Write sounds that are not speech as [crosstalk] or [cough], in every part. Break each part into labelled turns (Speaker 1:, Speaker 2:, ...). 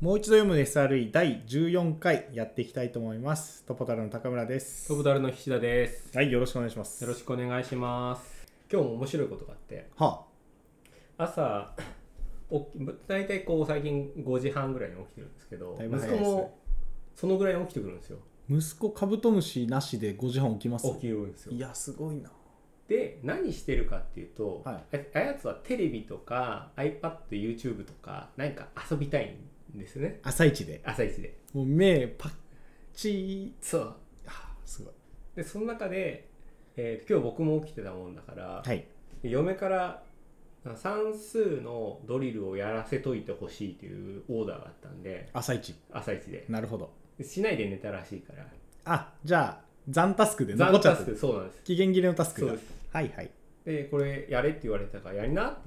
Speaker 1: もう一度読む SRE 第14回やっていきたいと思います。トポタルの高村です。
Speaker 2: トブダルの菱田です。
Speaker 1: はい、よろしくお願いします。
Speaker 2: よろしくお願いします。今日も面白いことがあって、
Speaker 1: は
Speaker 2: 朝、お大体こう最近5時半ぐらいに起きてるんですけど、
Speaker 1: だいぶ
Speaker 2: 息
Speaker 1: 早い
Speaker 2: 子
Speaker 1: ですね
Speaker 2: もそのぐらいに起きてくるんですよ。
Speaker 1: あ、息子カブトムシなしで5時半起きます
Speaker 2: 起きるんですよ
Speaker 1: い。や、すごいな。
Speaker 2: で、何してるかっていうと、
Speaker 1: は
Speaker 2: ああやつはテレビとか iPad、YouTube とか何か遊びたいんですね。
Speaker 1: 朝一で。
Speaker 2: 朝一で。
Speaker 1: もう目パッチ
Speaker 2: そう。
Speaker 1: ー。はあ、すごい。
Speaker 2: で、その中で、えー今日僕も起きてたもんだから、
Speaker 1: はい。
Speaker 2: で嫁からあ算数のドリルをやらせといてほしいというオーダーがあったんで
Speaker 1: 朝一。
Speaker 2: 朝一で
Speaker 1: なるほど。
Speaker 2: しないで寝たらしいから
Speaker 1: あ、じゃあ、残タスクで残っちゃ
Speaker 2: タ
Speaker 1: っ
Speaker 2: ス
Speaker 1: て
Speaker 2: ク
Speaker 1: る。
Speaker 2: そうなんです
Speaker 1: 期限切れのタスク
Speaker 2: そう
Speaker 1: が
Speaker 2: で。す
Speaker 1: はいはい。
Speaker 2: でこれやれって言われたからやりなって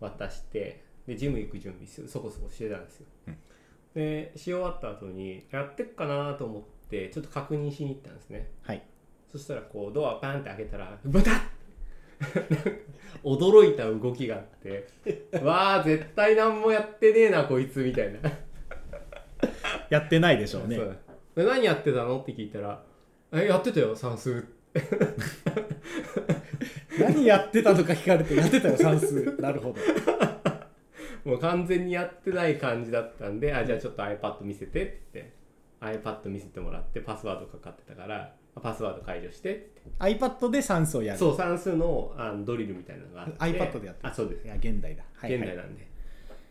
Speaker 2: 言って渡してでジム行く準備するそこそこしてたんですよ、
Speaker 1: うん
Speaker 2: でし終わった後にやってっかなと思ってちょっと確認しに行ったんですね
Speaker 1: はい。
Speaker 2: そしたらこうドアパンって開けたらバタッ [laughs] 驚いた動きがあ
Speaker 1: [laughs]
Speaker 2: ってわあ絶対何もやってねえなこいつみたいな
Speaker 1: やってないでしょうね
Speaker 2: そ。うで何やってたのって聞いたら「えやってたよ算数
Speaker 1: 何やってたとか聞かれて、やってたよ、算数。 [laughs] なるほど。」
Speaker 2: もう完全にやってない感じだったんで「あじゃあちょっと iPad 見せて」って言って iPad 見せてもらってパスワードかかってたからパスワード解除してって言っ
Speaker 1: iPad で算数をや
Speaker 2: て
Speaker 1: る。
Speaker 2: そう算数のあのドリルみたいなのがあって
Speaker 1: iPad でやってる
Speaker 2: あそうです
Speaker 1: いや、現代だ。はいはい
Speaker 2: 現代なんで、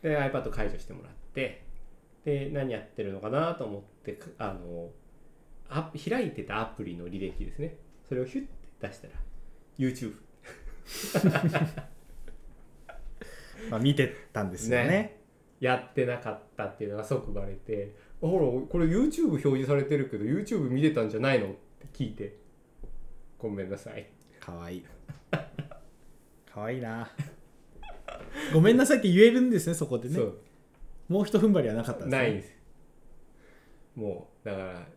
Speaker 2: で iPad 解除してもらってで何やってるのかなと思ってかあのあ開いてたアプリの履歴ですねそれをヒュッて出したら YouTube
Speaker 1: まあ、見てたんですよね
Speaker 2: ねやってなかったっていうのが即バレて「あほらこれ YouTube 表示されてるけど YouTube 見てたんじゃないの?」って聞いて「ごめんなさい
Speaker 1: かわいいかわいいなごめんなさいって言えるんですねそこ」でね
Speaker 2: そう
Speaker 1: もう一踏ん張りはなかったんです、ね、
Speaker 2: ないんですもうだから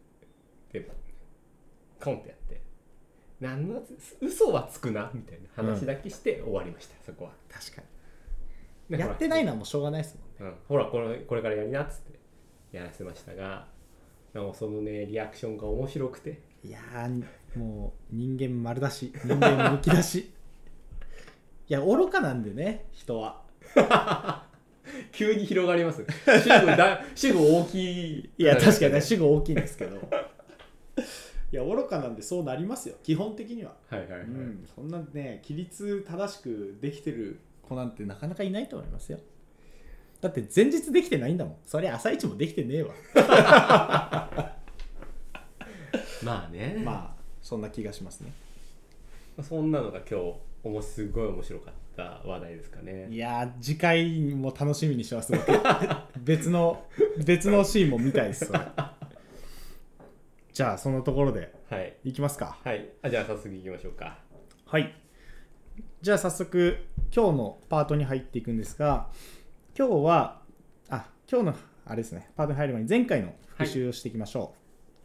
Speaker 2: でコンってやって何の嘘はつくなみたいな話だけして終わりました、そこは
Speaker 1: 確かにやってないのはもうしょうがないですもんね
Speaker 2: うん、ほらこれこれからやりなっつってやらせましたがなんかそのねリアクションが面白くて [laughs]
Speaker 1: いやーもう人間丸出し人間むき出し [laughs] いや愚かなんでね人は
Speaker 2: 急に広がります主語
Speaker 1: [laughs]
Speaker 2: だ主語大きい
Speaker 1: いや確かにね主語大きいんですけどいや愚かなんでそうなりますよ基本的には
Speaker 2: はいはいは
Speaker 1: う
Speaker 2: い、
Speaker 1: んそんなね規律正しくできてる子なんてなかなかいないと思いますよだって前日できてないんだもんそりゃ朝一もできてねえわ
Speaker 2: まあね、
Speaker 1: [laughs] まあそんな気がしますね
Speaker 2: そんなのが今日おもすごい面白かった話題ですかね
Speaker 1: いやー次回も楽しみにしてます [laughs] 僕別の別のシーンも見たいですそれじゃあそのところで
Speaker 2: はい
Speaker 1: いきますか
Speaker 2: はい、あじゃあ早速いきましょうか。
Speaker 1: はい。じゃあ早速今日のパートに入っていくんですが、今日はあ今日のあれですねパートに入る前に前回の復習をしていきましょ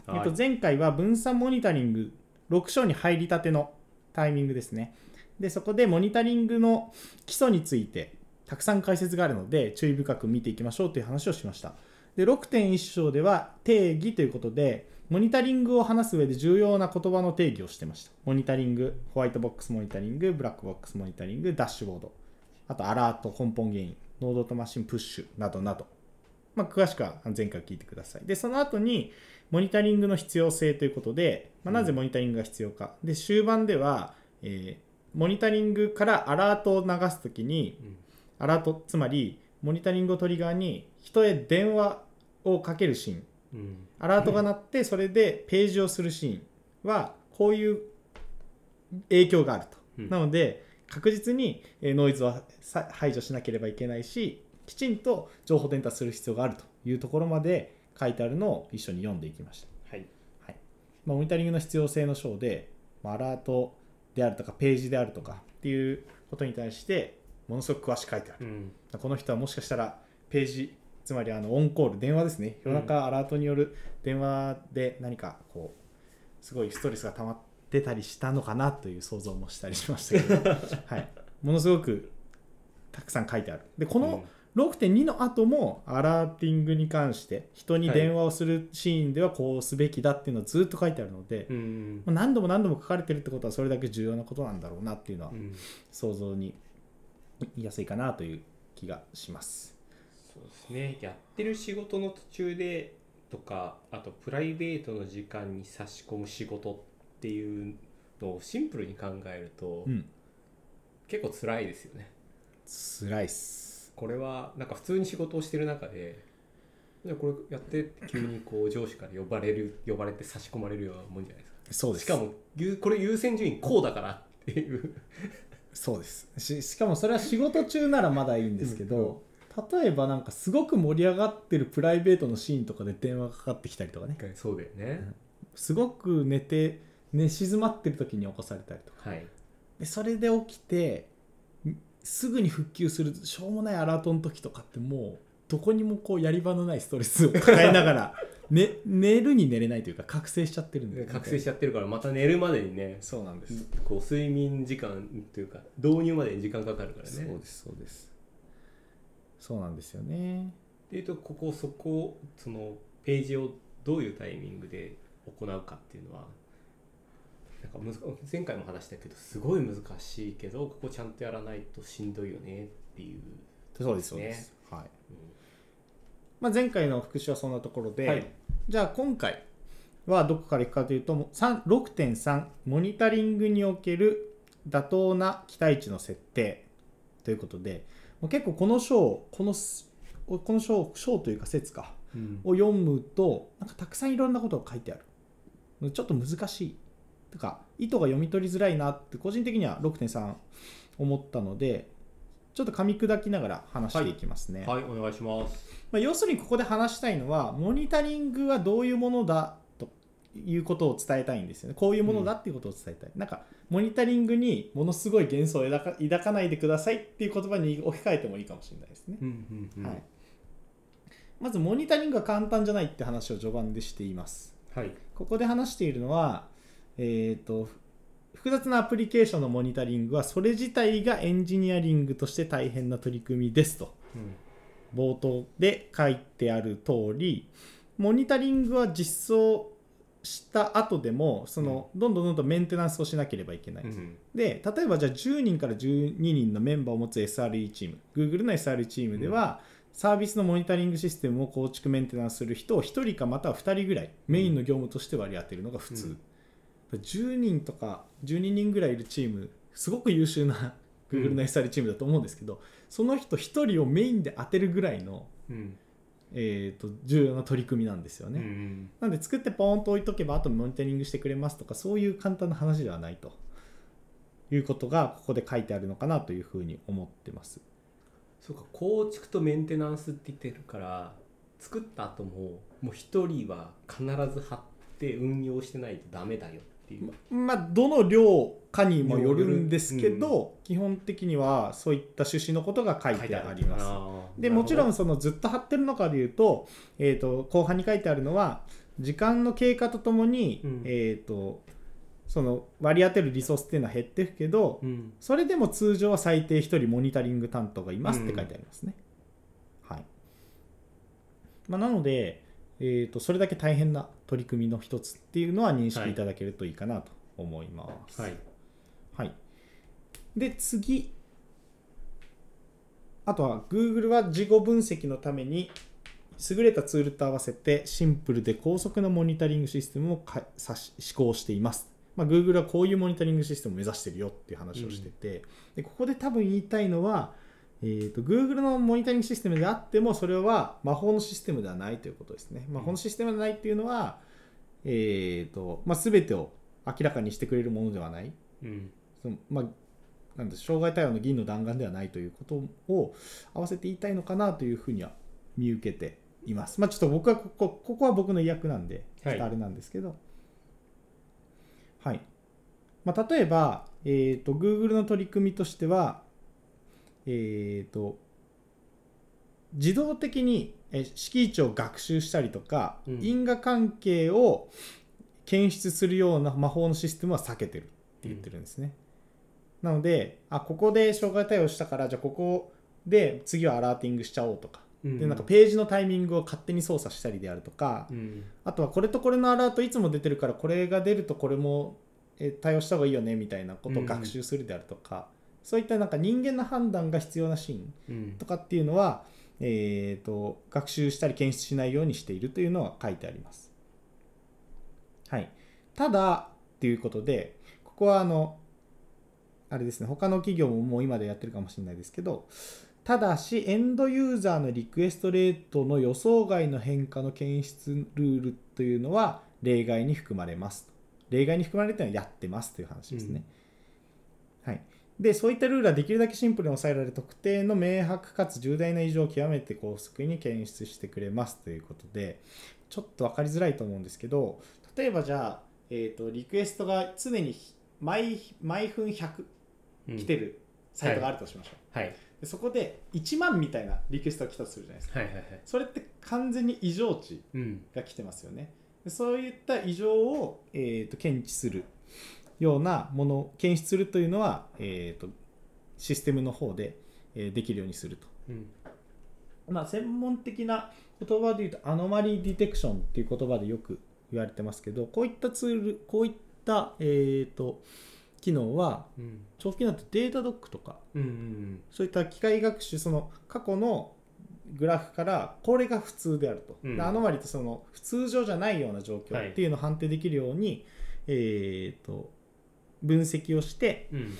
Speaker 1: う。えっと前回は分散モニタリング6章に入りたてのタイミングですね。でそこでモニタリングの基礎についてたくさん解説があるので注意深く見ていきましょうという話をしました。で6.1章では定義ということでモニタリングを話す上で重要な言葉の定義をしてましたモニタリングホワイトボックスモニタリングブラックボックスモニタリングダッシュボードあとアラート根本原因ノードとマシンプッシュなどなど、まあ、詳しくは前回を聞いてくださいでその後にモニタリングの必要性ということで、まあ、なぜモニタリングが必要か、で終盤では、えーモニタリングからアラートを流すときに
Speaker 2: うん
Speaker 1: アラートつまりモニタリングをトリガーに人へ電話をかけるシーン
Speaker 2: うん
Speaker 1: アラートが鳴ってそれでページをするシーンはこういう影響があると、
Speaker 2: うん
Speaker 1: なので確実にえーノイズはさ排除しなければいけないしきちんと情報伝達する必要があるというところまで書いてあるのを一緒に読んでいきました
Speaker 2: はい。
Speaker 1: まあ、モニタリングの必要性の章で、まあ、アラートであるとかページであるとかっていうことに対してものすごく詳しく書いてあ
Speaker 2: う
Speaker 1: る、
Speaker 2: ん。
Speaker 1: この人はもしかしたらページつまりあのオンコール電話ですね夜中アラートによる電話で何かこうすごいストレスが溜まってたりしたのかなという想像 [laughs] もしたりしましたけど、はい、ものすごくたくさん書いてあるでこの6.2の後もアラーティングに関して人に電話をするシーンではこうすべきだっていうのはずっと書いてあるので、
Speaker 2: うん
Speaker 1: まあ何度も何度も書かれてるってことはそれだけ重要なことなんだろうなっていうのは
Speaker 2: うん
Speaker 1: 想像にやすいかなという気がします。
Speaker 2: そうですねやってる仕事の途中でとかあとプライベートの時間に差し込む仕事っていうのをシンプルに考えると、
Speaker 1: うん、
Speaker 2: 結構辛いですよね
Speaker 1: 辛いっす。
Speaker 2: これはなんか普通に仕事をしてる中でじゃあこれやってって急にこう上司から呼ばれる呼ばれて差し込まれるようなもんじゃないですか
Speaker 1: そうです。
Speaker 2: しかもゆこれ優先順位こうだからっていう
Speaker 1: そうですししかもそれは仕事中ならまだいいんですけど、例えばなんかすごく盛り上がってるプライベートのシーンとかで電話がかかってきたりとかね
Speaker 2: そうだよね、
Speaker 1: すごく寝て寝静まってる時に起こされたりとか
Speaker 2: はい
Speaker 1: でそれで起きてんすぐに復旧するしょうもないアラートの時とかってもうどこにもこうやり場のないストレスを抱えなが [laughs] ら、ね、寝るに寝れないというか覚醒しちゃってるんで
Speaker 2: で覚醒しちゃってるからまた寝るまでにね
Speaker 1: そうなんです、
Speaker 2: こう睡眠時間というか導入までに時間かかるから
Speaker 1: そう
Speaker 2: ね
Speaker 1: ですそうですそうなんですよね
Speaker 2: っていうとここそこそのページをどういうタイミングで行うかっていうのはなんかむず前回も話したけどすごい難しいけどここちゃんとやらないとしんどいよねっていう、
Speaker 1: そうです
Speaker 2: そうです
Speaker 1: はい
Speaker 2: うん
Speaker 1: まあ、前回の復習はそんなところで、
Speaker 2: はい
Speaker 1: じゃあ今回はどこからいくかというと3 6.3モニタリングにおける妥当な期待値の設定ということでもう結構この章このすこの章章というか説かを読むとなんかたくさんいろんなことが書いてあるちょっと難しいとか意図が読み取りづらいなって個人的には6.3思ったのでちょっと噛み砕きながら話していきますね。
Speaker 2: はいお願いします
Speaker 1: まあ、要するにここで話したいのはモニタリングはどういうものだということを伝えたいんですよねこういうものだっていうことを伝えたい、なんかモニタリングにものすごい幻想を抱か抱かないでくださいっていう言葉に置き換えてもいいかもしれないですね、
Speaker 2: うんうんうん
Speaker 1: はい、まずモニタリングは簡単じゃないって話を序盤でしています
Speaker 2: はい
Speaker 1: ここで話しているのは、えー、と複雑なアプリケーションのモニタリングはそれ自体がエンジニアリングとして大変な取り組みですと
Speaker 2: うん
Speaker 1: 冒頭で書いてある通りモニタリングは実装した後でもその、どんどんどんどんメンテナンスをしなければいけない、
Speaker 2: うん
Speaker 1: で例えばじゃあ10人から12人のメンバーを持つ SRE チーム Google の SRE チームでは、サービスのモニタリングシステムを構築メンテナンスする人を1人かまたは2人ぐらいメインの業務として割り当てるのが普通、10人とか12人ぐらいいるチームすごく優秀な [laughs] Google の SRE チームだと思うんですけど、その人1人をメインで当てるぐらいの、
Speaker 2: うん
Speaker 1: えー、と重要な取り組みなんですよ
Speaker 2: うんう
Speaker 1: ね、
Speaker 2: ん
Speaker 1: なんで作ってポーンと置いとけばあとモニタリングしてくれますとかそういう簡単な話ではないということがここで書いてあるのかなというふうに思ってます。
Speaker 2: そうか構築とメンテナンスって言ってるから作った後ももう一人は必ず貼って運用してないとダメだよっていう、
Speaker 1: まあ、どの量かにもよるんですけど、基本的にはそういった趣旨のことが書いてあります。でもちろんそのずっと貼ってる中で言うと,、えー、と後半に書いてあるのは時間の経過とともに、
Speaker 2: うん
Speaker 1: えー、とその割り当てるリソースっていうのは減っていくけど、
Speaker 2: うん、
Speaker 1: それでも通常は最低1人モニタリング担当がいますって書いてありますね。はいまあ、なので、えーと、それだけ大変な取り組みの一つっていうのは認識いただけるといいかなと思います。
Speaker 2: はい、
Speaker 1: はい、で次あとは Google は事後分析のために優れたツールと合わせてシンプルで高速なモニタリングシステムをかさし試行しています、まあ、Google はこういうモニタリングシステムを目指してるよっていう話をしてて、でここで多分言いたいのは、えー、と Google のモニタリングシステムであってもそれは魔法のシステムではないということですね魔法のシステムではないっていうのは、えーとまあ、全てを明らかにしてくれるものではない
Speaker 2: うん
Speaker 1: そのまあなんで障害対応の議員の弾丸ではないということを合わせて言いたいのかなというふうには見受けています。まあ、ちょっと僕はここここは僕の意訳なんで、
Speaker 2: は
Speaker 1: ちょ
Speaker 2: い
Speaker 1: っとあれなんですけど、はいまあ、例えば、えーと、Google の取り組みとしては、えー、と自動的にえ敷地を学習したりとか、
Speaker 2: うん
Speaker 1: 因果関係を検出するような魔法のシステムは避けてるって言ってるんですね。なのであここで障害対応したからじゃあここで次はアラーティングしちゃおうとか
Speaker 2: うん
Speaker 1: でなんかページのタイミングを勝手に操作したりであるとか
Speaker 2: うん
Speaker 1: あとはこれとこれのアラートいつも出てるからこれが出るとこれもえ対応した方がいいよねみたいなことを学習するであるとかそういったなんか人間の判断が必要なシーン
Speaker 2: うん
Speaker 1: とかっていうのは、えー、と学習したり検出しないようにしているというのは書いてあります。はい、ただということでここはあのあれですね他の企業ももう今でやってるかもしれないですけどただしエンドユーザーのリクエストレートの予想外の変化の検出ルールというのは例外に含まれます例外に含まれるというのはやってますという話ですね、はい、でそういったルールはできるだけシンプルに抑えられ特定の明白かつ重大な異常を極めて高速に検出してくれますということでちょっと分かりづらいと思うんですけど例えばじゃあ、えー、とリクエストが常に毎毎分100
Speaker 2: うん
Speaker 1: 来てるサイトがあるとしましょう、
Speaker 2: はい
Speaker 1: でそこで1万みたいなリクエストが来たとするじゃないですか
Speaker 2: はいはいはい
Speaker 1: それって完全に異常値
Speaker 2: うん
Speaker 1: が来てますよねでそういった異常を、えー、と検知するようなもの検出するというのは、えー、とシステムの方で、えーできるようにすると、
Speaker 2: うん
Speaker 1: まあ、専門的な言葉で言うとアノマリーディテクションっていう言葉でよく言われてますけどこういったツールこういった、えー、と機能は
Speaker 2: うん
Speaker 1: 長期になるとデータドックとか
Speaker 2: うんうん
Speaker 1: そういった機械学習その過去のグラフからこれが普通であると、
Speaker 2: うん
Speaker 1: でアノマリとその普通上じゃないような状
Speaker 2: はい
Speaker 1: 況っていうのを判定できるように、えー、と分析をして、
Speaker 2: うん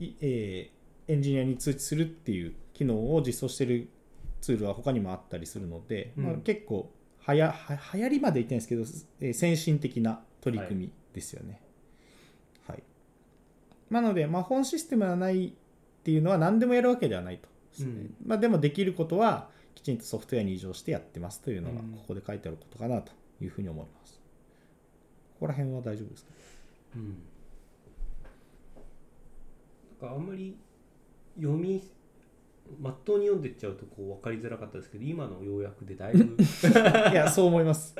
Speaker 1: いえーエンジニアに通知するっていう機能を実装してるツールは他にもあったりするので、
Speaker 2: うん
Speaker 1: まあ、結構はやは流行りまでいってないですけど、えー先進的な取り組みですよね。はいまあなので、まあ、本システムはないっていうのは何でもやるわけではないと、
Speaker 2: うん
Speaker 1: まあ、でもできることはきちんとソフトウェアに移情してやってますというのが
Speaker 2: うん
Speaker 1: ここで書いてあることかなというふうに思います。ここら辺は大丈夫ですか
Speaker 2: うんなんかあんまり読みまっとうに読んでっちゃうとこう分かりづらかったですけど今の要約でだいぶ
Speaker 1: いやそう思います。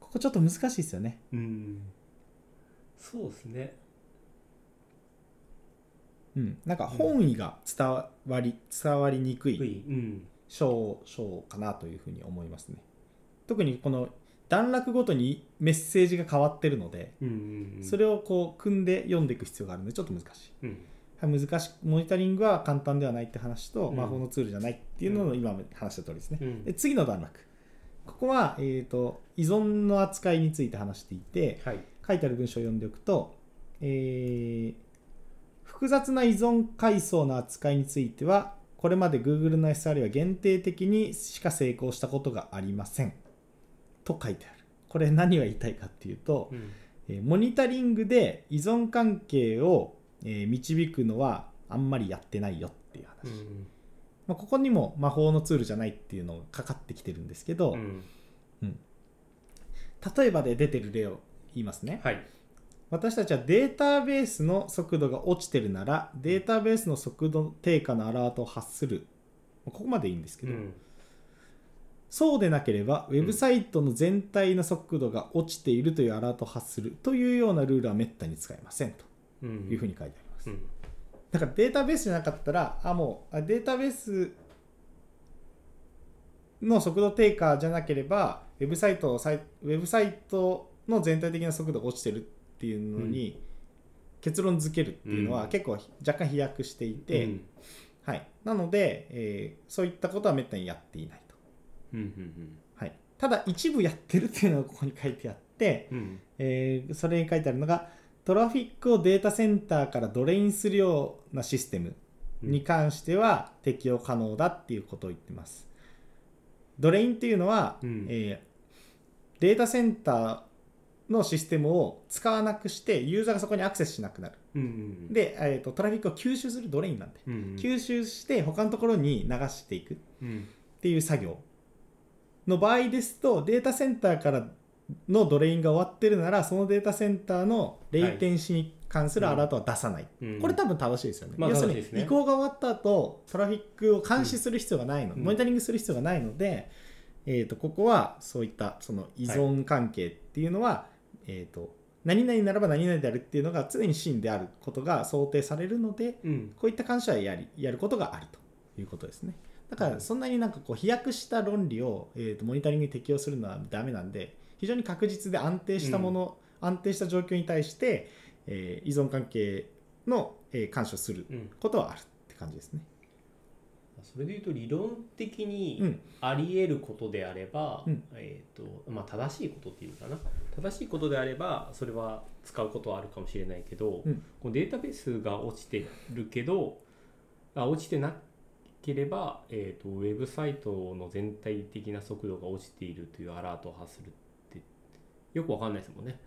Speaker 1: ここちょっと難しいですよね。
Speaker 2: うんそうですね
Speaker 1: うん、なんか本意が伝わり伝わりにく
Speaker 2: 低
Speaker 1: い
Speaker 2: いうん
Speaker 1: 章章かなというふうに思いますね。特にこの段落ごとにメッセージが変わってるので、
Speaker 2: うんうんうん
Speaker 1: それをこう組んで読んでいく必要があるのでちょっと難しい。
Speaker 2: うん
Speaker 1: はい難しくモニタリングは簡単ではないって話と、
Speaker 2: うん
Speaker 1: 魔法のツールじゃないっていうのを今話した通りですね。
Speaker 2: うん
Speaker 1: で次の段落ここは、えー、と依存の扱いについて話していて、
Speaker 2: はい
Speaker 1: 書いてある文章を読んでおくと、えー複雑な依存階層の扱いについてはこれまで Google の SR は限定的にしか成功したことがありませんと書いてあるこれ何が言いたいかっていうと、
Speaker 2: うん
Speaker 1: えーモニタリングで依存関係を、えー導くのはあんまりやってないよっていう
Speaker 2: う
Speaker 1: 話、
Speaker 2: ん
Speaker 1: まあ、ここにも魔法のツールじゃないっていうのがかかってきてるんですけど、
Speaker 2: うん
Speaker 1: 例えばで出てる例を言いますね、
Speaker 2: はい
Speaker 1: 私たちはデータベースの速度が落ちてるならデータベースの速度低下のアラートを発するここまでいいんですけ
Speaker 2: う
Speaker 1: ど、
Speaker 2: ん
Speaker 1: そうでなければウェブサイトの全体の速度が落ちているというアラートを発するというようなルールはめったに使えませんと
Speaker 2: うん
Speaker 1: いうふうに書いてあります、
Speaker 2: うん
Speaker 1: だからデータベースじゃなかったらあもうあデータベースの速度低下じゃなければウェブサイトをサイウェブサイトの全体的な速度が落ちてるっていうのに結論付けるっていうの
Speaker 2: う
Speaker 1: は
Speaker 2: ん
Speaker 1: 結構若干飛躍していて、
Speaker 2: うん
Speaker 1: はい、なので、えーそういったことはめったにやっていないと、
Speaker 2: うんうん
Speaker 1: はい、ただ一部やってるっていうのがここに書いてあって、
Speaker 2: うんうん
Speaker 1: えーそれに書いてあるのがトラフィックをデータセンターからドレインするようなシステムに関しては適用可能だっていうことを言ってます。ドレインっていうのは、
Speaker 2: うん
Speaker 1: えーデータセンターのシステムを使わなくしてユーザーがそこにアクセスしなくなる。
Speaker 2: うんうん
Speaker 1: で、えー、とトラフィックを吸収するドレインなんで、
Speaker 2: うんうん
Speaker 1: 吸収して他のところに流していく
Speaker 2: うん
Speaker 1: っていう作業の場合ですとデータセンターからのドレインが終わってるならそのデータセンターのレイテンシーに関するアラートは出さない、
Speaker 2: うん
Speaker 1: これ多分正しいですよね、
Speaker 2: まあ
Speaker 1: 要する
Speaker 2: 正しいです
Speaker 1: に
Speaker 2: ね
Speaker 1: 移行が終わった後トラフィックを監視する必要がないの、
Speaker 2: うん
Speaker 1: モニタリングする必要がないので、えー、とここはそういったその依存関係っていうのは、えー、と何々ならば何々であるっていうのが常に真であることが想定されるので
Speaker 2: うん
Speaker 1: こういった監視はやりやることがあるということですね。だからそんなになんかこう飛躍した論理を、えー、とモニタリングに適用するのはダメなんで非常に確実で安定したもの、安定した状況に対して、えー依存関係の、えー干渉する
Speaker 2: うん、
Speaker 1: ことはあるって感じですね。
Speaker 2: それでいうと理論的
Speaker 1: う
Speaker 2: に
Speaker 1: ん
Speaker 2: あり得ることであれば、
Speaker 1: うん
Speaker 2: えーとまあ、正しいことっていうかな正しいことであればそれは使うことはあるかもしれないけど、
Speaker 1: うん
Speaker 2: このデータベースが落ちてるけどあ落ちてなければ、えー、とウェブサイトの全体的な速度が落ちているというアラートを発するってよくわかんないですもんね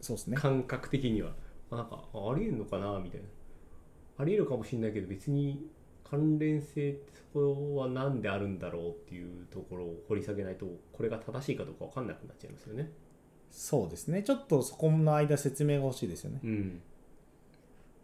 Speaker 1: そうですね。
Speaker 2: 感覚的にはあなんかあありえるのかなみたいなありえるかもしれないけど別に関連性ってそこは何であるんだろうっていうところを掘り下げないとこれが正しいかどうか分かんなくなっちゃいますよね。
Speaker 1: そうですね。ちょっとそこの間説明が欲しいですよね。
Speaker 2: うん、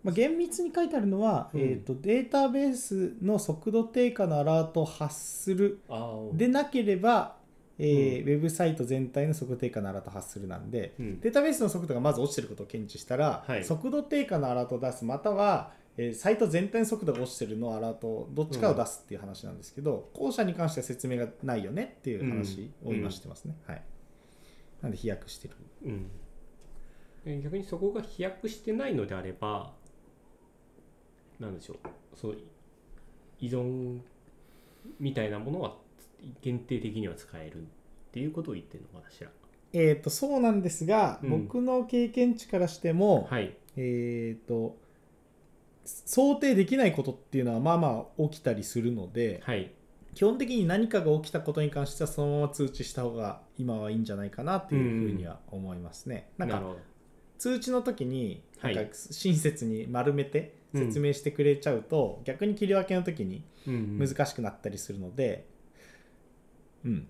Speaker 1: まあ、厳密に書いてあるのは、
Speaker 2: うん
Speaker 1: えー、とデータベースの速度低下のアラートを発する
Speaker 2: あー
Speaker 1: でなければ、えー
Speaker 2: う
Speaker 1: ウェブサイト全体の速度低下のアラートを発するなんで
Speaker 2: うん
Speaker 1: データベースの速度がまず落ちてることを検知したら、
Speaker 2: はい
Speaker 1: 速度低下のアラートを出すまたは、えーサイト全体の速度が落ちてるのをアラートをどっちかを出すっていう話なんですけど、後者に関しては説明がないよねっていう話を今してますね。はい、なんで飛躍してる。
Speaker 2: うんで逆にそこが飛躍してないのであればなんでしょうその依存みたいなものは限定的には使えるっていうことを言ってるのかしら。
Speaker 1: えー、とそうなんですが、
Speaker 2: うん
Speaker 1: 僕の経験値からしても、
Speaker 2: はい、
Speaker 1: えー、と想定できないことっていうのはまあまあ起きたりするので
Speaker 2: はい
Speaker 1: 基本的に何かが起きたことに関してはそのまま通知した方が今はいいんじゃないかなっていうふうには思いますね。なん
Speaker 2: る
Speaker 1: か
Speaker 2: ほど
Speaker 1: 通知の時に
Speaker 2: は
Speaker 1: ないんか親切に丸めて説明してくれちゃうと、逆に切り分けの時に
Speaker 2: 難
Speaker 1: 難しくなったりするので、うん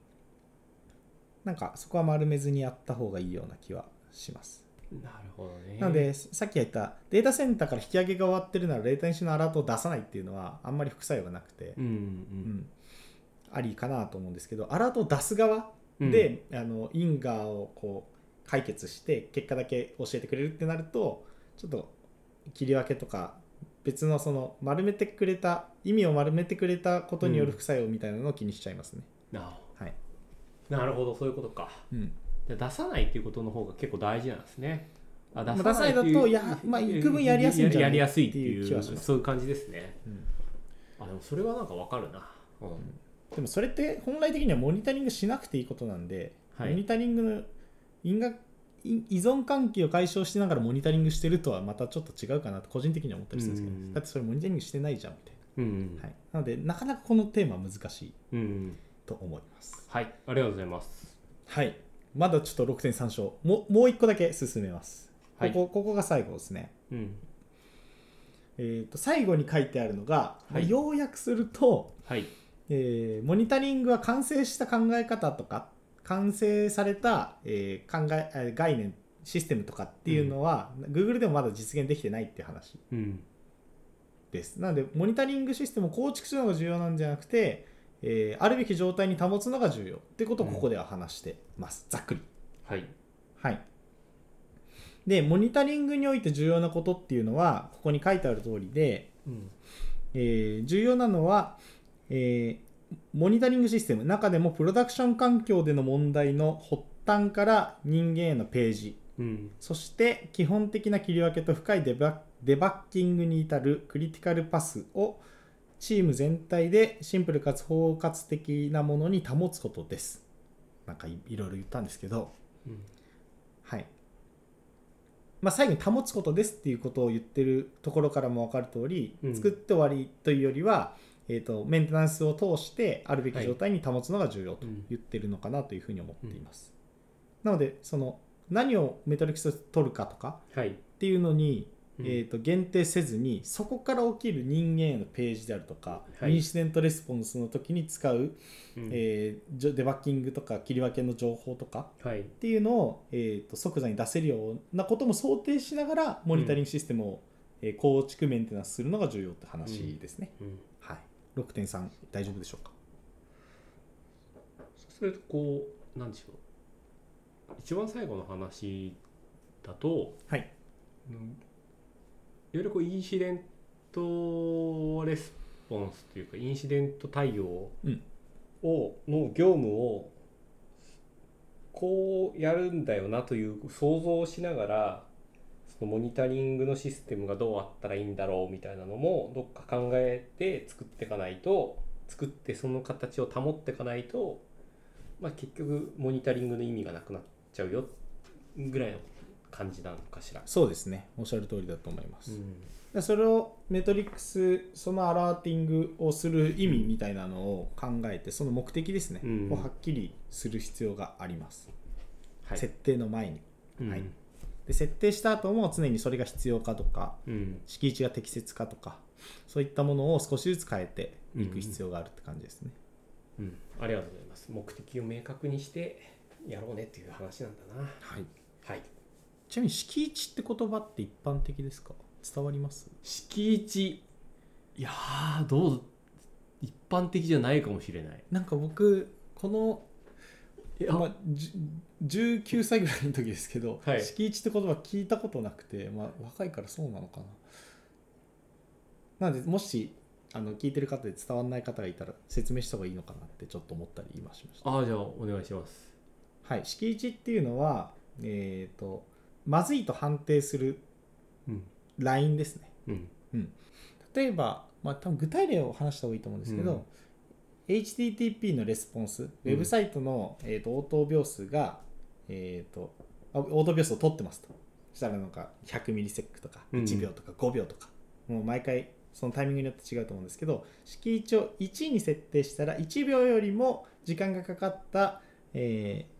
Speaker 1: なんかそこは丸めずにやった方がいいような気はします。
Speaker 2: なるほどね。
Speaker 1: なので、さっき言ったデータセンターから引き上げが終わってるならデータ編集のアラートを出さないっていうのはあんまり副作用がなくて、
Speaker 2: うん
Speaker 1: うんありかなと思うんですけどアラートを出す側
Speaker 2: うんうん、
Speaker 1: で、あの因果をこう解決して結果だけ教えてくれるってなるとちょっと切り分けとか別のその丸めてくれた意味を丸めてくれたことによる副作用みたいなのを気にしちゃいますね。
Speaker 2: な
Speaker 1: はい
Speaker 2: なるほどそういうことか。
Speaker 1: うん、
Speaker 2: じゃあ出さないっていうことの方が結構大事なんですね。あ
Speaker 1: まあ
Speaker 2: っていう
Speaker 1: 出さないだとやまあ幾分やりやすいんじゃない
Speaker 2: やりやすいってい
Speaker 1: ってい
Speaker 2: う
Speaker 1: う気はします
Speaker 2: そういう感じですね。
Speaker 1: うん
Speaker 2: あでもそれはなんかわかるな。うん
Speaker 1: でもそれって本来的にはモニタリングしなくていいことなんで、
Speaker 2: はい
Speaker 1: モニタリングの因果い依存関係を解消しながらモニタリングしてるとはまたちょっと違うかなと個人的には思ったりするんですけど、
Speaker 2: うん
Speaker 1: だってそれモニタリングしてないじゃんみたい
Speaker 2: うんうん
Speaker 1: な、はい、なのでなかなかこのテーマは難しい
Speaker 2: うんうん
Speaker 1: と思います
Speaker 2: はいありがとうございます。
Speaker 1: はいまだちょっと6.3章ももう一個だけ進めます、
Speaker 2: はい
Speaker 1: ここここが最後ですね
Speaker 2: うん
Speaker 1: えー、と最後に書いてあるのが、
Speaker 2: はい
Speaker 1: 要約すると、
Speaker 2: はい
Speaker 1: えーモニタリングは完成した考え方とか完成された、えー考ええー概念システムとかっていうのは、Google でもまだ実現できてないっていう話
Speaker 2: うん
Speaker 1: ですなのでモニタリングシステムを構築するのが重要なんじゃなくて、えーあるべき状態に保つのが重要ってことをここでは話してます、ざっくり
Speaker 2: はい
Speaker 1: はいでモニタリングにおいて重要なことっていうのはここに書いてある通りで、
Speaker 2: うん
Speaker 1: えー重要なのは、えーモニタリングシステム中でもプロダクション環境での問題の発端から人間へのページ
Speaker 2: うん
Speaker 1: そして基本的な切り分けと深いデバデバッキングに至るクリティカルパスをチーム全体でシンプルかつ包括的なものに保つことですなんかいいろいろ言ったんですけど
Speaker 2: うん
Speaker 1: はい。まあ、最後に保つことですっていうことを言ってるところからも分かる通り、
Speaker 2: うん
Speaker 1: 作って終わりというよりは、えー、とメンテナンスを通してあるべき状態に保つのが重要と
Speaker 2: うん
Speaker 1: 言ってるのかなというふうに思っています。なのでその何をメトリックスで取るかとか
Speaker 2: はい
Speaker 1: っていうのに、
Speaker 2: うん
Speaker 1: えー、と限定せずにそこから起きる人間へのページであるとか、
Speaker 2: はい
Speaker 1: インシデントレスポンスの時に使う、
Speaker 2: うん
Speaker 1: えーじょデバッキングとか切り分けの情報とか
Speaker 2: はい
Speaker 1: っていうのを、えー、と即座に出せるようなことも想定しながらモニタリングシステムを、えー構築メンテナンスするのが重要って話ですね、
Speaker 2: うん
Speaker 1: はい6.3大丈夫でしょうか
Speaker 2: それとこうなんでしょう一番最後の話だと、
Speaker 1: はい
Speaker 2: うん、いわゆるこうインシデントレスポンスというかインシデント対応を、
Speaker 1: うん
Speaker 2: の業務をこうやるんだよなという想像をしながらそのモニタリングのシステムがどうあったらいいんだろうみたいなのもどっか考えて作っていかないと作ってその形を保っていかないと、まあ、結局モニタリングの意味がなくなっちゃうよぐらいの感じなのかしら。
Speaker 1: そうですねおっしゃる通りだと思いま
Speaker 2: う
Speaker 1: す、
Speaker 2: ん
Speaker 1: でそれをメトリックスそのアラーティングをする意味みたいなのを考えてその目的ですね、
Speaker 2: うん
Speaker 1: をはっきりする必要があります、
Speaker 2: はい
Speaker 1: 設定の前に
Speaker 2: うん
Speaker 1: はいで設定した後も常にそれが必要かとか
Speaker 2: うん
Speaker 1: 敷地が適切かとかそういったものを少しずつ変えていく必要があるって感じですね、
Speaker 2: うん、ありがとうございます目的を明確にしてやろうねっていう話なんだな
Speaker 1: はい、
Speaker 2: はい
Speaker 1: ちなみに敷地って言葉って一般的ですか伝わります
Speaker 2: 敷地いやーどう一般的じゃないかもしれない
Speaker 1: なんか僕この
Speaker 2: いや
Speaker 1: まあ、じゅ19歳ぐらいの時ですけど、
Speaker 2: はい
Speaker 1: 敷地って言葉聞いたことなくて、まあ、若いからそうなのかななのでもしあの聞いてる方で伝わらない方がいたら説明した方がいいのかなってちょっと思ったり今しました、
Speaker 2: ああじゃあお願いします
Speaker 1: はい、敷地っていうのは、えー、とまずいと判定する
Speaker 2: うん
Speaker 1: ラインですね
Speaker 2: うん
Speaker 1: 例えば、まあ、多分具体例を話した方がいいと思うんですけど、HTTP のレスポンス、ウェブサイトの、えー、と応答秒数が、えー、とあ応答秒数を取ってますと。そしたらなんか100ミリセックとか
Speaker 2: うん
Speaker 1: 1秒とか5秒とか、もう毎回そのタイミングによって違うと思うんですけど敷地を1に設定したら1秒よりも時間がかかった、えー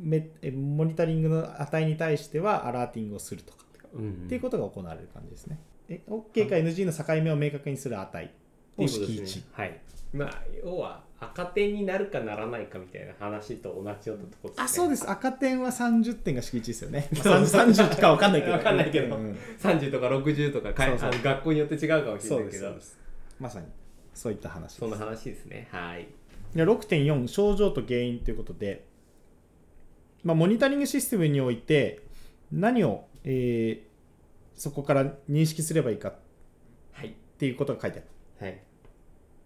Speaker 1: めえモニタリングの値に対してはアラーティングをするとか
Speaker 2: うん
Speaker 1: っていうことが行われる感じですね。え OK か NG の境目を明確にする値
Speaker 2: ってい
Speaker 1: を
Speaker 2: うこと
Speaker 1: 敷
Speaker 2: です
Speaker 1: 地
Speaker 2: ね。はいまあ要は赤点になるかならないかみたいな話と同じようなとこ
Speaker 1: あそうですす赤点は30点が敷地ですよね、 [laughs] まあ、30, 30か分かんないけど
Speaker 2: わかんないけど
Speaker 1: うん
Speaker 2: ね30とか60とかかい
Speaker 1: そうそう
Speaker 2: あの学校によって違うかもしれ
Speaker 1: そう
Speaker 2: ない
Speaker 1: で
Speaker 2: け
Speaker 1: す
Speaker 2: ど
Speaker 1: そうですまさにそういった話です
Speaker 2: そんな話ですねはい
Speaker 1: で6.4症状と原因ということで、まあ、モニタリングシステムにおいて何を、えーそこから認識すればいいかっ
Speaker 2: はい
Speaker 1: ていうことが書いてある
Speaker 2: はい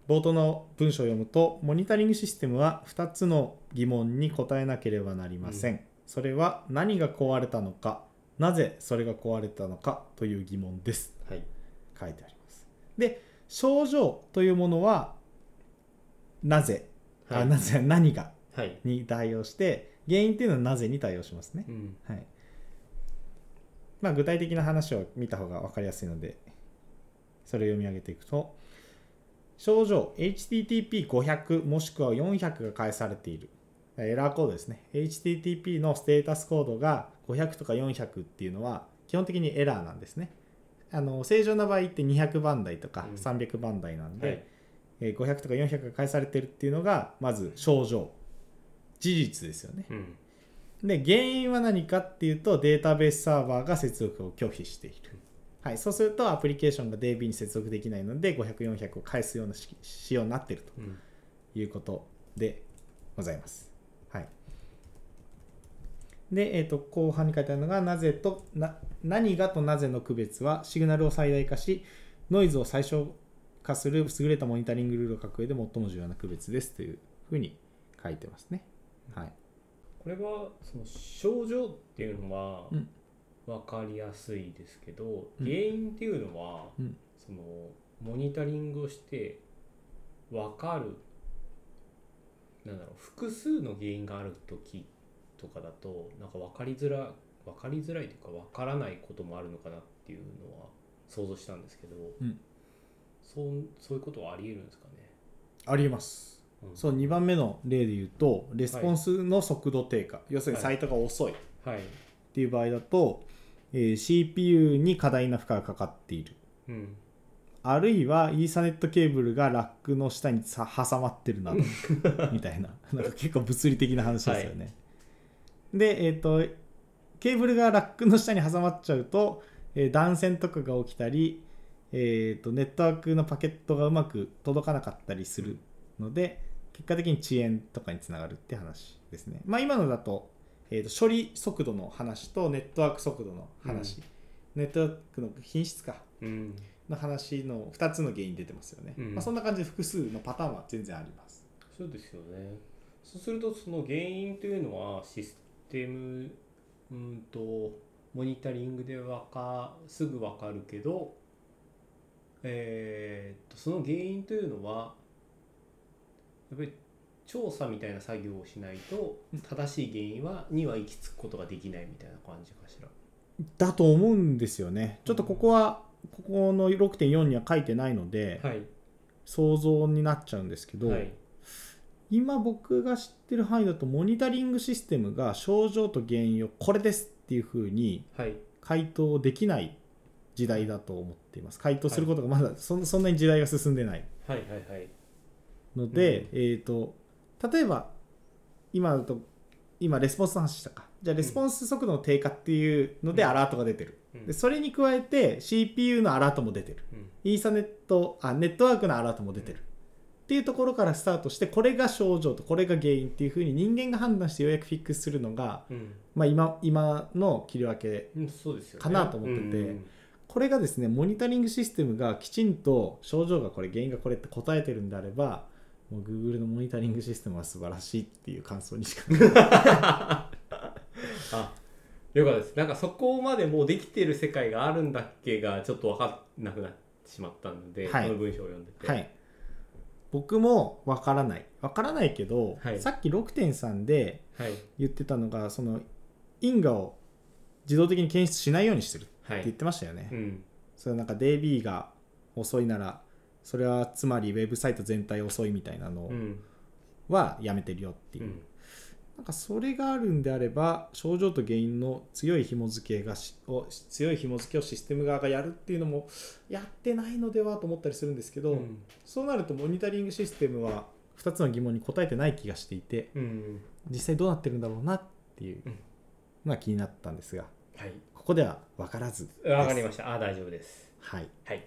Speaker 1: 冒頭の文章を読むとモニタリングシステムは2つの疑問に答えなければなりません、それは何が壊れたのかなぜそれが壊れたのかという疑問です
Speaker 2: はい
Speaker 1: 書いてありますで症状というものはなぜ、
Speaker 2: は
Speaker 1: あ
Speaker 2: い
Speaker 1: なぜ何が
Speaker 2: はい
Speaker 1: に対応して原因っていうのはなぜに対応しますね、
Speaker 2: うん
Speaker 1: はいまあ、具体的な話を見た方が分かりやすいのでそれを読み上げていくと症状 HTTP500 もしくは400が返されているエラーコードですね HTTP のステータスコードが500とか400っていうのは基本的にエラーなんですねあの正常な場合って200番台とか
Speaker 2: うん
Speaker 1: 300番台なんで、
Speaker 2: はい
Speaker 1: えー500とか400が返されてるっていうのがまず症状事実ですよね
Speaker 2: うん
Speaker 1: で原因は何かっていうとデータベースサーバーが接続を拒否している、はい、そうするとアプリケーションが DB に接続できないので500400を返すようなし仕様になっている
Speaker 2: うん
Speaker 1: ということでございます、はい、で、えー、と後半に書いてあるのがなぜとな何がとなぜの区別はシグナルを最大化しノイズを最小化する優れたモニタリングルールを書く上で最も重要な区別ですというふうに書いてますね、はい、
Speaker 2: これはその症状っていうのは
Speaker 1: うん
Speaker 2: 分かりやすいですけど、
Speaker 1: うん
Speaker 2: 原因っていうのは、
Speaker 1: うん
Speaker 2: そのモニタリングをして分かるなんだろう複数の原因がある時とかだとなんか分かりづら分かりづらいというか分からないこともあるのかなっていうのは想像したんですけど、
Speaker 1: うん
Speaker 2: そうそういうことはありえるんですかね。
Speaker 1: ありえます
Speaker 2: うん
Speaker 1: そう2番目の例で言うとレスポンスの速度低下、要するに
Speaker 2: は
Speaker 1: サ
Speaker 2: い
Speaker 1: イトが遅いっ
Speaker 2: はい、
Speaker 1: ていう場合だと、えー CPU に過大な負荷がかかっている
Speaker 2: うん
Speaker 1: あるいはイーサネットケーブルがラックの下にさ挟まってるなどみたいななんか結構物理的な話ですよね、でえっ、とケーブルがラックの下に挟まっちゃうと、えー断線とかが起きたり、えー、とネットワークのパケットがうまく届かなかったりするので結果的に遅延とかにつながるって話ですねまあ今のだと,、えー、と処理速度の話とネットワーク速度の話、ネットワークの品質か
Speaker 2: うん
Speaker 1: の話の2つの原因出てますよね、
Speaker 2: うん
Speaker 1: まあ、そんな感じで複数のパターンは全然あります
Speaker 2: そうですよねそうするとその原因というのはシステムうんとモニタリングでわかすぐ分かるけどえーっとその原因というのはやっぱり調査みたいな作業をしないと正しい原因はには行き着くことができないみたいな感じかしら。
Speaker 1: だと思うんですよねちょっとここはここの6.4には書いてないので、
Speaker 2: はい、
Speaker 1: 想像になっちゃうんですけど、
Speaker 2: はい、
Speaker 1: 今僕が知ってる範囲だとモニタリングシステムが症状と原因をこれですっていうふうに
Speaker 2: はい、
Speaker 1: 回答できない時代だと思っています回答することがまだそんそんなに時代が進んでない
Speaker 2: はい、はい、はい。
Speaker 1: ので、えっ、と例えば今だと今レスポンスの話したかじゃあレスポンス速度の低下っていうので
Speaker 2: うん
Speaker 1: アラートが出てる、
Speaker 2: うん
Speaker 1: でそれに加えて CPU のアラートも出てる
Speaker 2: うん
Speaker 1: イーサネットあネットワークのアラートも出てる、っていうところからスタートしてこれが症状とこれが原因っていうふうに人間が判断してようやくフィックスするのが、
Speaker 2: うん
Speaker 1: まあ、今今の切り分け
Speaker 2: うん、そうですよ、ね。
Speaker 1: かなと思ってて
Speaker 2: うんうん
Speaker 1: これがですねモニタリングシステムがきちんと症状がこれ原因がこれって答えてるんであればもう Google のモニタリングシステムは素晴らしいっていう感想にしか
Speaker 2: あよかったですなんかそこまでもうできてる世界があるんだっけがちょっと分かんなくなってしまったので、
Speaker 1: はい
Speaker 2: この文章を読んでて、
Speaker 1: はい僕もわからないわからないけど、
Speaker 2: はい
Speaker 1: さっき6.3で
Speaker 2: はい
Speaker 1: 言ってたのがその因果を自動的に検出しないようにしてるって
Speaker 2: は
Speaker 1: 言っ
Speaker 2: い、
Speaker 1: てましたよね、
Speaker 2: うん、
Speaker 1: それはなんか DB が遅いならそれはつまりウェブサイト全体遅いみたいなの
Speaker 2: うん
Speaker 1: はやめてるよっていうう、
Speaker 2: ん
Speaker 1: なんかそれがあるんであれば症状と原因の強い紐付けがしを強い紐付けをシステム側がやるっていうのもやってないのではと思ったりするんですけど、
Speaker 2: うん
Speaker 1: そうなるとモニタリングシステムは2つの疑問に答えてない気がしていて
Speaker 2: うん
Speaker 1: 実際どうなってるんだろうなっていう
Speaker 2: うん
Speaker 1: のが気になったんですが
Speaker 2: はい
Speaker 1: ここでは分からずです
Speaker 2: 分かりましたあ大丈夫です
Speaker 1: はい、
Speaker 2: はい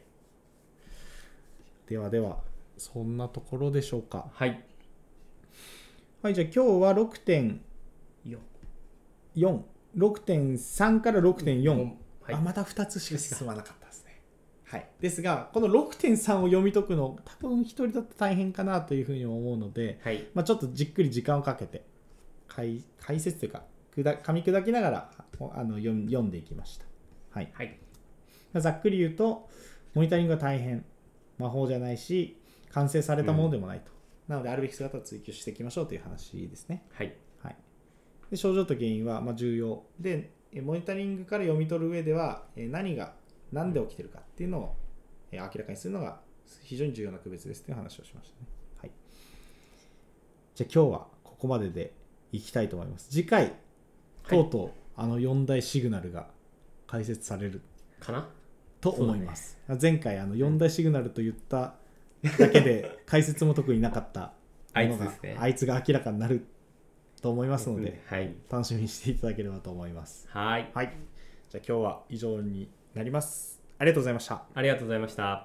Speaker 1: ではではそんなところでしょうか
Speaker 2: はい
Speaker 1: はいじゃあ今日は
Speaker 2: よ
Speaker 1: 6.46.3から6.4、
Speaker 2: はい
Speaker 1: あまた2つしか進まなかったですね。はい、ですがこの6.3を読み解くの多分一人だと大変かなというふうに思うので、
Speaker 2: はい
Speaker 1: まあ、ちょっとじっくり時間をかけて解解説というかくだ噛み砕きながらあの読ん読んでいきました、はい
Speaker 2: はい
Speaker 1: まあざっくり言うとモニタリングは大変魔法じゃないし完成されたものでもないと、なのであるべき姿を追求していきましょうという話ですね。
Speaker 2: はい
Speaker 1: はい、で症状と原因はまあ重要でえモニタリングから読み取る上ではえ何が何で起きてるかっていうのをえ明らかにするのが非常に重要な区別ですという話をしましたね、はい、じゃあ今日はここまででいきたいと思います次回とうとう、あの4大シグナルが解説される
Speaker 2: かな
Speaker 1: と思います、前回あの4大シグナルと言っただけで解説も特になかった
Speaker 2: あい
Speaker 1: も
Speaker 2: つ
Speaker 1: の
Speaker 2: で
Speaker 1: が
Speaker 2: すね
Speaker 1: あいつが明らかになると思いますので、
Speaker 2: うんはい
Speaker 1: 楽しみにしていただければと思います。
Speaker 2: はい
Speaker 1: はい。じゃあ今日は以上になります。ありがとうございました。
Speaker 2: ありがとうございました